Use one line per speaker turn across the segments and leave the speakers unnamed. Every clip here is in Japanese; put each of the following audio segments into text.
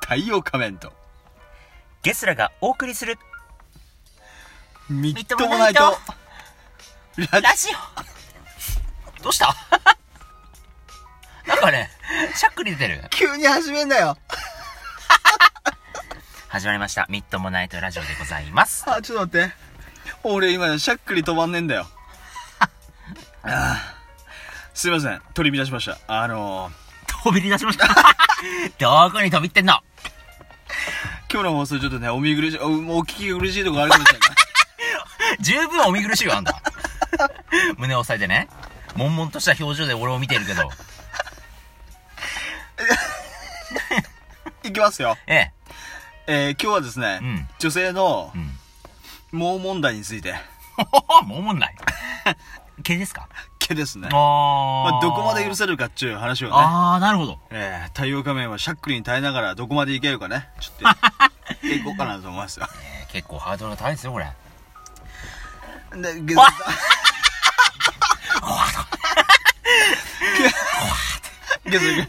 海洋仮面と
ゲスラがお送りする
み
っ
っ
と
と
も
も
な
ないい
と
と
ラジオどうした なんかね、しゃっくり出てる。
急に始めんなよ
始まりました。みっともないとラジオでございます。
あちょっと待って俺今しゃっくり止まんねえんだ よあーすいません取り乱しましたあのー、
飛び出しました。 どこに飛びってんの
今日の放送ちょっとねお見苦しいおお聞き苦しいとこあるかもし れない
十分お見苦しいよ、あんた。胸を押さえてね。悶々とした表情で俺を見ているけど。
いきますよ
え
えー、今日はですね、
うん
女性の
え。うん。
毛問題について
ほほもうおもん ない。毛ですか
毛ですね
あー。ま
まあ、どこまで許
せ
せるかっていう話をね、
あー、なるほど。
えー、太陽仮面はしゃっくりに耐えながらどこまでいけるかね、ちょっ とやっていこうかなと思いますよ。
えー結構ハードルが高いですよ、これ。
で、ゲスト、ゲスト、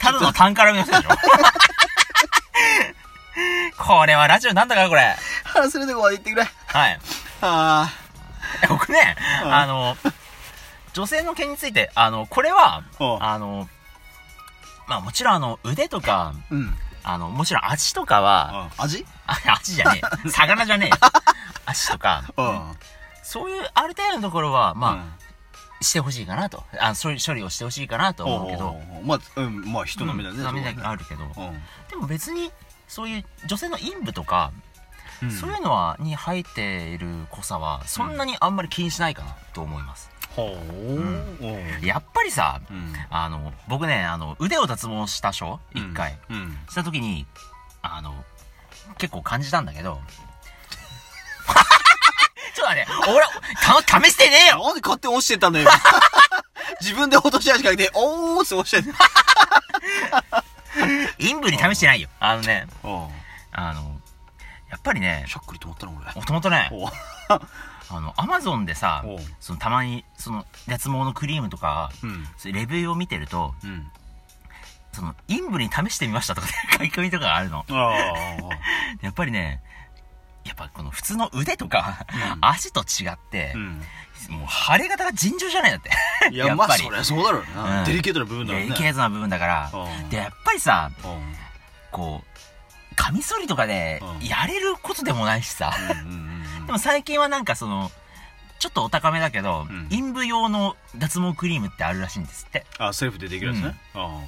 ただの単絡みの人でしょ これはラジオなんだから、これ。
話せるとこまで行ってくれ。
はい。
あ
え僕ね、
うん
あの、女性の毛について、あの、これは
おう、
あの、まあもちろんあの、腕とか、
ー、うん。
あの、もちろん足とかは、
あ味
あ、 足じゃね え。魚じゃねえよ。足とか、
うん。
そういうある程度のところは、まあ、
あ、
してほしいかなと。あそういう処理をしてほしいかなと思うけ
おう
ど。
おうおうまあ、うん、まあ、人の目だね。
うん人の目だ
そ
け
こ
あ
はね
るけど。
うん
でも別に、そういう女性の陰部とか、
うん。
そういうのは、に生えている濃さは、そんなにあんまり気にしないかなと思います。
ほ
ん
う。おう
やっぱりさ、
うん
あの、僕ね、あの、腕を脱毛したでしょ一回。。
うん。
した時に、あの、結構感じたんだけど、 ちょっとあれ、俺、た、試してねえよ
なんで勝手に落ちてったんだよ。 自分で落とし足かけて、おーって落ちてった。
陰部に試してないよ。あのね、
うん。
あの、やっぱりね、
しゃっくり止まったの俺。
もともとね、
おう
あの、アマゾンでさ
おう、
そのたまに、その、脱毛のクリームとか、
うん。
そういうレビューを見てると、
うん。
その、陰部に試してみましたとか って書き込みとかがあるの。
あ
やっぱりね、やっぱこの普通の腕とか、
うん
足と違って
あ。う、ん。
もう腫れ方が尋常じゃないんだって。
い
や
や、
っ
まあ、
ぱり
そりゃそうだろう
う
な。
ん
デリケートな部分だろう
デ
ね。
リケートな部分だから。
うん
で、やっぱりさ、
うん
こう、カミソリとかで
う、ん
やれることでもないしさ。
うんうんうん
でも最近はなんかその、ちょっとお高めだけど、
うん
陰部用の脱毛クリームってあるらしいんですって。
あ、セルフでできるやつね。あ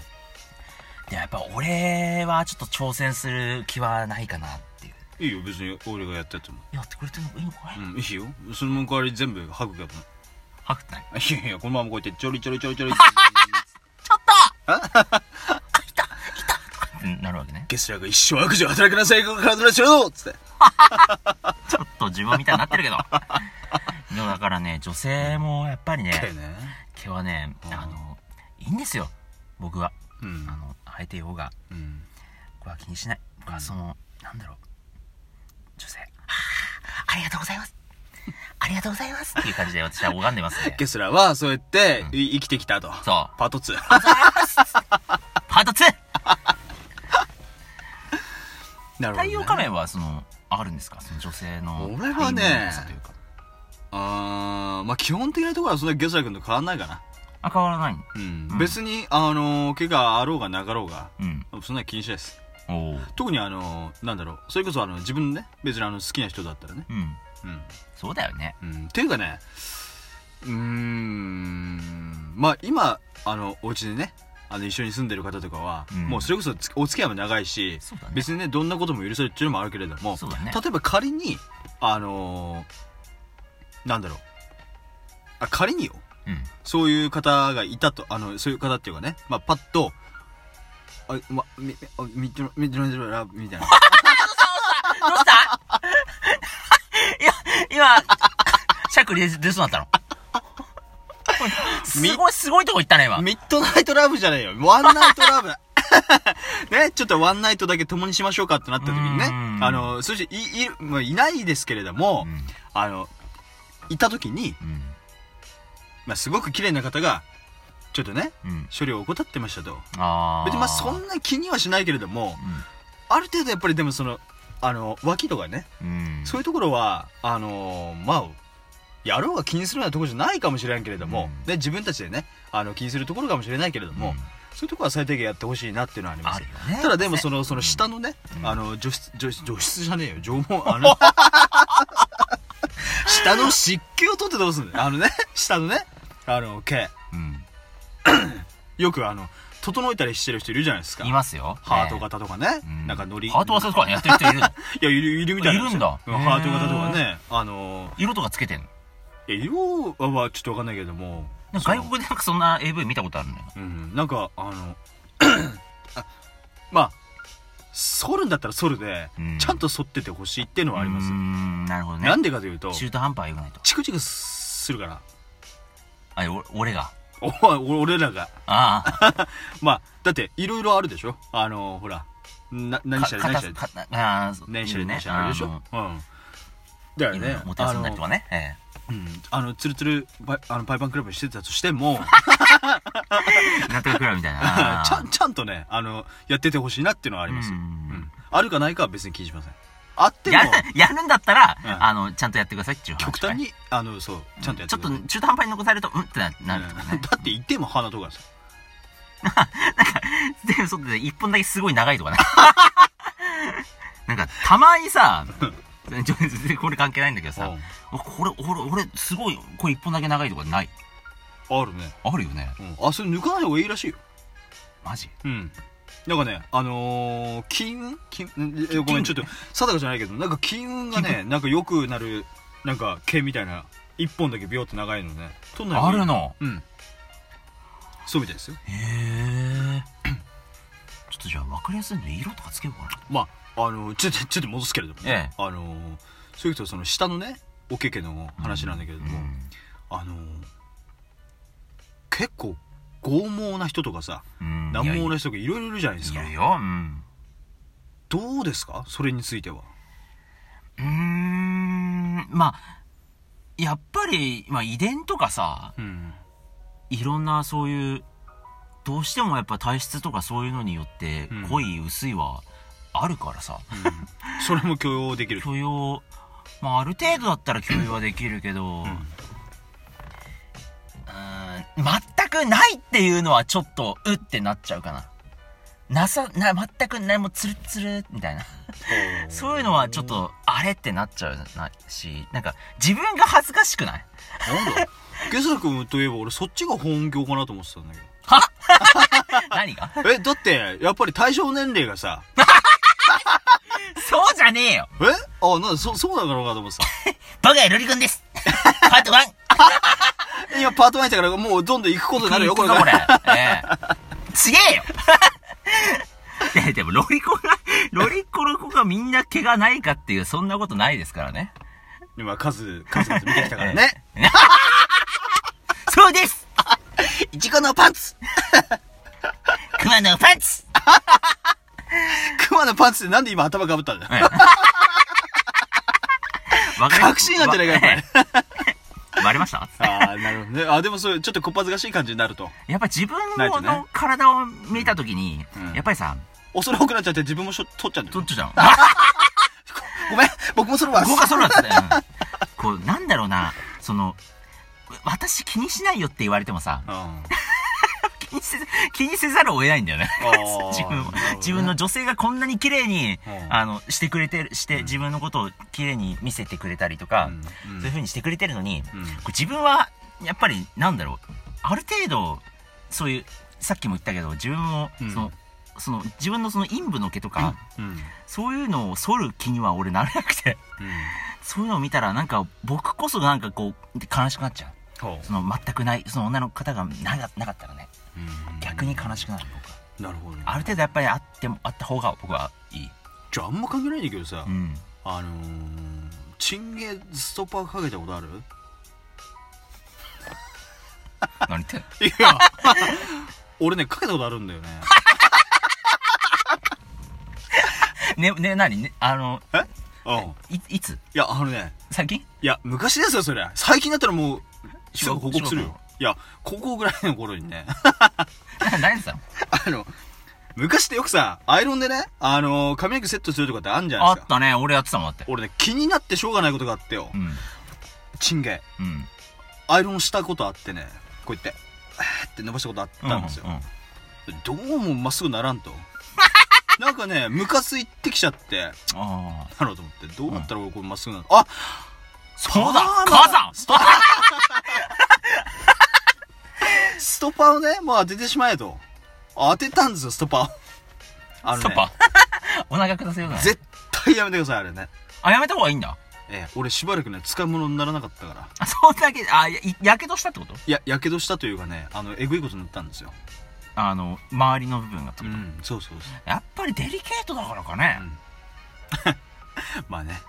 で、やっぱ俺はちょっと挑戦する気はないかなっていう。
あ。いいよ、別に俺がやってても。
やってくれてるのがいいのか
う
ね
ん、いいよ。その代わり全部吐く けどね。
はくってない。
いやいや、このままこうやって、ちょりちょりちょりちょり。
ちょっとあ、いたいたとかってなるわけね。
ゲスラーが一生悪事を働くな性格からずらしろつって。
ちょっと自分みたいになってるけど。 でもだからね、女性もやっぱりね、
けね。
毛はね、
うん
あの、いいんですよ。僕は。
う
あ
ん。
の、生えてようが、
うん。
僕は気にしない。僕はその、なんだろう。女性、あーありがとうございます。ありがとうございます。っていう感じで私は拝んでますね。
ゲスラーは、そうやって、い生きてきたと。
そう。
パート2。
パート 2!
なる
太
ね
陽仮面は、その、あるんですかその女性の。
俺はね
太陽の良さというか
あーまあ基本的なところはそんなゲスラ君と変わんないかな。
あ、変わらない。
うん。
うん
別に、あのー、怪我あろうがなかろうが、
うん。
そんな気にしないです。
おお。
特にあのー、なんだろう、それこそあの、自分のね、別にあの、好きな人だったらね。
うん。
うん。
そうだよね。
うん。っていうかね、うーん、まあ今、あの、お家でね、あの、一緒に住んでる方とかは、
うん
もうそれこそつお付き合いも長いし、
そうだね。
別にね、どんなことも許せるっていうのもあるけれども、
そうだね。
例えば仮にあのーなんだろうあ仮によ
うん。
そういう方がいたとあのそういう方っていうかね、まあ、パッと「あまみあみちょみちょみちょら」みた いな
どうしたいや、今、しゃっくり出そうになったの。すごい、すごいとこ行ったね、今。
ミッドナイトラブじゃねえよワンナイトラブ ねちょっとワンナイトだけ共にしましょうかってなった時にね
うん
あのそしていい,、まあ、いないですけれども、
うん
あのいた時に、
うん。
まあ、すごく綺麗な方がちょっとね
うん。
処理を怠ってましたと
ああ。
別にまあそんな気にはしないけれども、
うん。
ある程度やっぱりでもその、あの、脇とかね、
うん
そういうところは、あのーまあ、やろうが気にするようなところじゃないかもしれんけれども、
うん
で自分たちでね、あの、気にするところかもしれないけれども、
うん
そういうところは最低限やってほしいなっていうのはありま
あ
す
る。よね
ただでもその、その下のね、
うん
あの、除湿、除湿、除湿じゃねえよ、縄文、 あの、下の湿気を取ってどうすんのあのね、下のね、あの、毛。
うん
よくあの、整えたりしてる人いるじゃないですか。
いますよ
ハート
ね
型とかね、
うん
なんかノリ。
ハート型とかねやってる人いるの
いや、いる、いるみたいなんですよ。
いるんだ
うハート型とかね、あのー、
色とかつけてんの
え色はまあちょっとわかんないけれども
なんか外国でなんかそんな AV 見たことあるのよ
そのうんなんかあの あまあ剃るんだったら剃るで、
うん
ちゃんと剃っててほしいっていうのはあります、
うーんなるほどね
なんでかというと
中途半端はよくないと
チクチクするから
あお俺が
おお俺らが
ああ
まあだっていろいろあるでしょあのほらな何したり何したり
かかあー
何した
い
り
るね
何したりあるでしょ、
あ
うんだよ
の
ね
もてあそんだりとかねえ
あの,、うん、あのツルツルパイあのパイパンクラブしてたとしても
えなんとかくらいみたい な
ちゃんちゃんとねあのやっててほしいなっていうのはあります、
う
う
ん
んあるかないかは別に気にしません。あっても
や、 やるんだったら、
うん
あのちゃんとやってくださいっていう話
極端に、あの、そう、ちゃんとやって
ちょ
く
っ
だ
と
さい
中途半端に残されるとうんってななるとか
うん
ね
だっていても鼻とかさ。
でそうで一本だけすごい長いとかね なんかたまにさちょ全然これ関係ないんだけどさ、これ俺俺すごいこれ一本だけ長いとかない
あるね。
あるよね
うんあ、それ抜かない方がいいらしいよ。
マジ
うん。なんかね、あのー、金運金、んえごめ
金
ん、ちょっと、定かじゃないけど、なんか金運が
金
ね、なんか良くなる、なんか毛みたいな、一本だけビョーって長いのね。取んない方
あ
がいい
るの
うん。そうみたいですよ。
へえ ちょっとじゃあ分かりやすいんで色とかつけようかな
まあ、あの、ちょっと、ちょっと戻すけれどもね
ええ。
あのー、そういう人はその下のね、おけけの話なんだけれども、あのー結構剛毛な人とかさ
うん
難毛
い
な人とかいろいろいるじゃないですか
やいるようん
どうですかそれについては
うーんまあやっぱり、まあ、遺伝とかさ
うん
いろんなそういうどうしてもやっぱ体質とかそういうのによって
うん
濃い薄いはあるからさ、
それも許容できる
許容まあある程度だったら許容はできるけど、うーん、全くないっていうのはちょっとうってなっちゃうかななさな全くないもうツルッツルみたいなそういうのはちょっとあれってなっちゃうなしなんか自分が恥ずかし くない
なんだゲスラ君といえば俺そっちが本業かなと思ってたんだけ
何が
どえだってやっぱり対象年齢がさ
そうじゃねえよ
えあなんだそそうなのかなと思って
僕はルリ君です パート 1!
た今パート1行ったからもうどんどん行くことになるよこれ
これ
ね。
ええ。ちげえ よいやでも、ロリコが、ロリコの子がみんな毛がないかっていう、そんなことないですからね。
今数数々見てきたから ね
そうです
いちごのパンツ
熊のパンツ
熊のパンツってなんで今頭かぶったんだよ
わかり
確信なんじゃないかやっぱり
わバレました
ああ、なるほどね。あでもそういう、ちょっとこっぱずかしい感じになると。
やっぱ自分
ないとね
の体を見たときに、
うん
やっぱりさ、
恐れ多くなっちゃって自分もしょ取っちゃうんだ
ど
よ
っちじゃん。
ごめん、僕もそれは
豪 華ソロだったよ。うんこう、なんだろうな、その、私気にしないよって言われてもさ、
うん。あ
気にせ、気にせざるを得ないんだよね。
ー
自分
なる
を
ほどね
自分の女性がこんなに綺麗に、
うん
あのしてくれてるして自分のことを綺麗に見せてくれたりとか、
うん
そういう風にしてくれてるのに、
うん
こう自分はやっぱりなんだろうある程度そういうさっきも言ったけど自分も
うん
その、その自分のその陰部の毛とか、
うん。うん。
そういうのを剃る気には俺ならなくてそういうのを見たらなんか僕こそなんかこう悲しくなっちゃう
ほ
その全くないその女の方がなかなかったらね
ううん
逆に悲しくなる僕は
なるほどね。
ある程度やっぱりあってもあった方が僕はいい
じゃああんま関係ないんだけどさ
う、ん
あのー、チンゲストッパーかけたこと ある
何言ってんの
いや、 俺ね、かけたことあるんだよね。
ね、ね、なに、ね、あの、
えうん。
い、いつ
いや、あのね、
最近
いや、昔ですよ、それ。最近だったらもう、すぐ報告する
小学
よ。いや、高校ぐらいの頃にね、
な何やってたの
あの、昔ってよくさ、アイロンでね、あのー髪の毛セットするとかってあるんじゃな
あ
いで
っ
すか。
たね。俺やってたもんだって。
俺ね、気になってしょうがないことがあってよ
う。ん。
チンゲ。
うん。
アイロンしたことあってね、こうやって、あーって伸ばしたことあったんですよ。
うん。
どうもまっすぐならん と。なんかね、ムカついてきちゃって、
ああ。
なろうと思って、どうなったら俺こうまっすぐなるあ
そうだ
パーマ
母さん
ストパーストパーをね、もう当ててしまえと。当てたんですよ、ストパーを。あの
ス
ね
トッパー。 お腹下せようない。
絶対やめてください、あれね。
あ、やめた方がいいんだ。
ええ、俺しばらくね、使い物にならなかったから。
あ、そんだけ、あ、や、やけどしたってこと
いや、やけどしたというかね、あの、えぐいことになったんですよ。
あの、周りの部分がってこと。
ん、そうそうそう。
やっぱりデリケートだからかね。
まあね、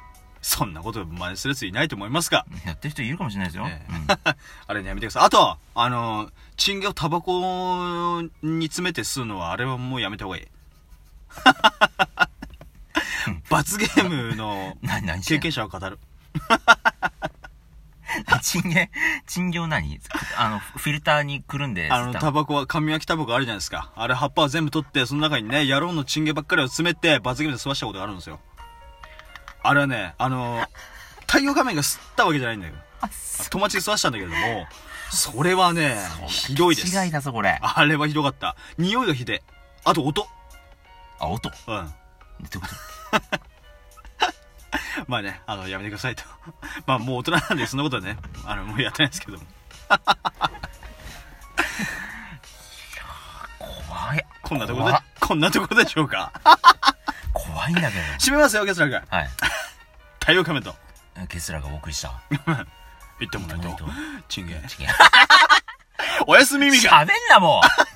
そんなこと真似するやついないと思いますが、
やってる人いるかもしれないですよ。
ええ
うん
あれね、やめてください。あと、あの、チンゲをタバコに詰めて吸うのは、あれはもうやめた方がいい。 罰ゲームの
何何して
経
んの
験者を語る。
チンゲ、チンゲを何あの、フィルターにくるんで吸った
あの、タバコは、紙巻きタバコあるじゃないですか。あれ、葉っぱは全部取って、その中にね、野郎のチンゲばっかりを詰めて、罰ゲームで吸わしたことがあるんですよ。あれはね、あの、太陽仮面が吸ったわけじゃないんだよ。
あ、そ
友達に吸わしたんだけれども、それはね、ひどいです。
違いだぞ、これ。
あれはひどかった。匂いがひでえ。あと音。
あ、音。っ
うん。
てこと
まあね、あの、やめてくださいと。 まあもう大人なんで、そんなことはね、あの、もうやってないですけども。
怖い。
こんなところで
怖っ、
こんなところでしょうか。
怖いんだけど。
締めますよ、月楽。
はい。
太陽仮面と。
ケスラがお送りした。
言ってもない
言っ
と
てもらえ。
チンゲ。
チンゲ。
おやすみみか。
喋んな、もう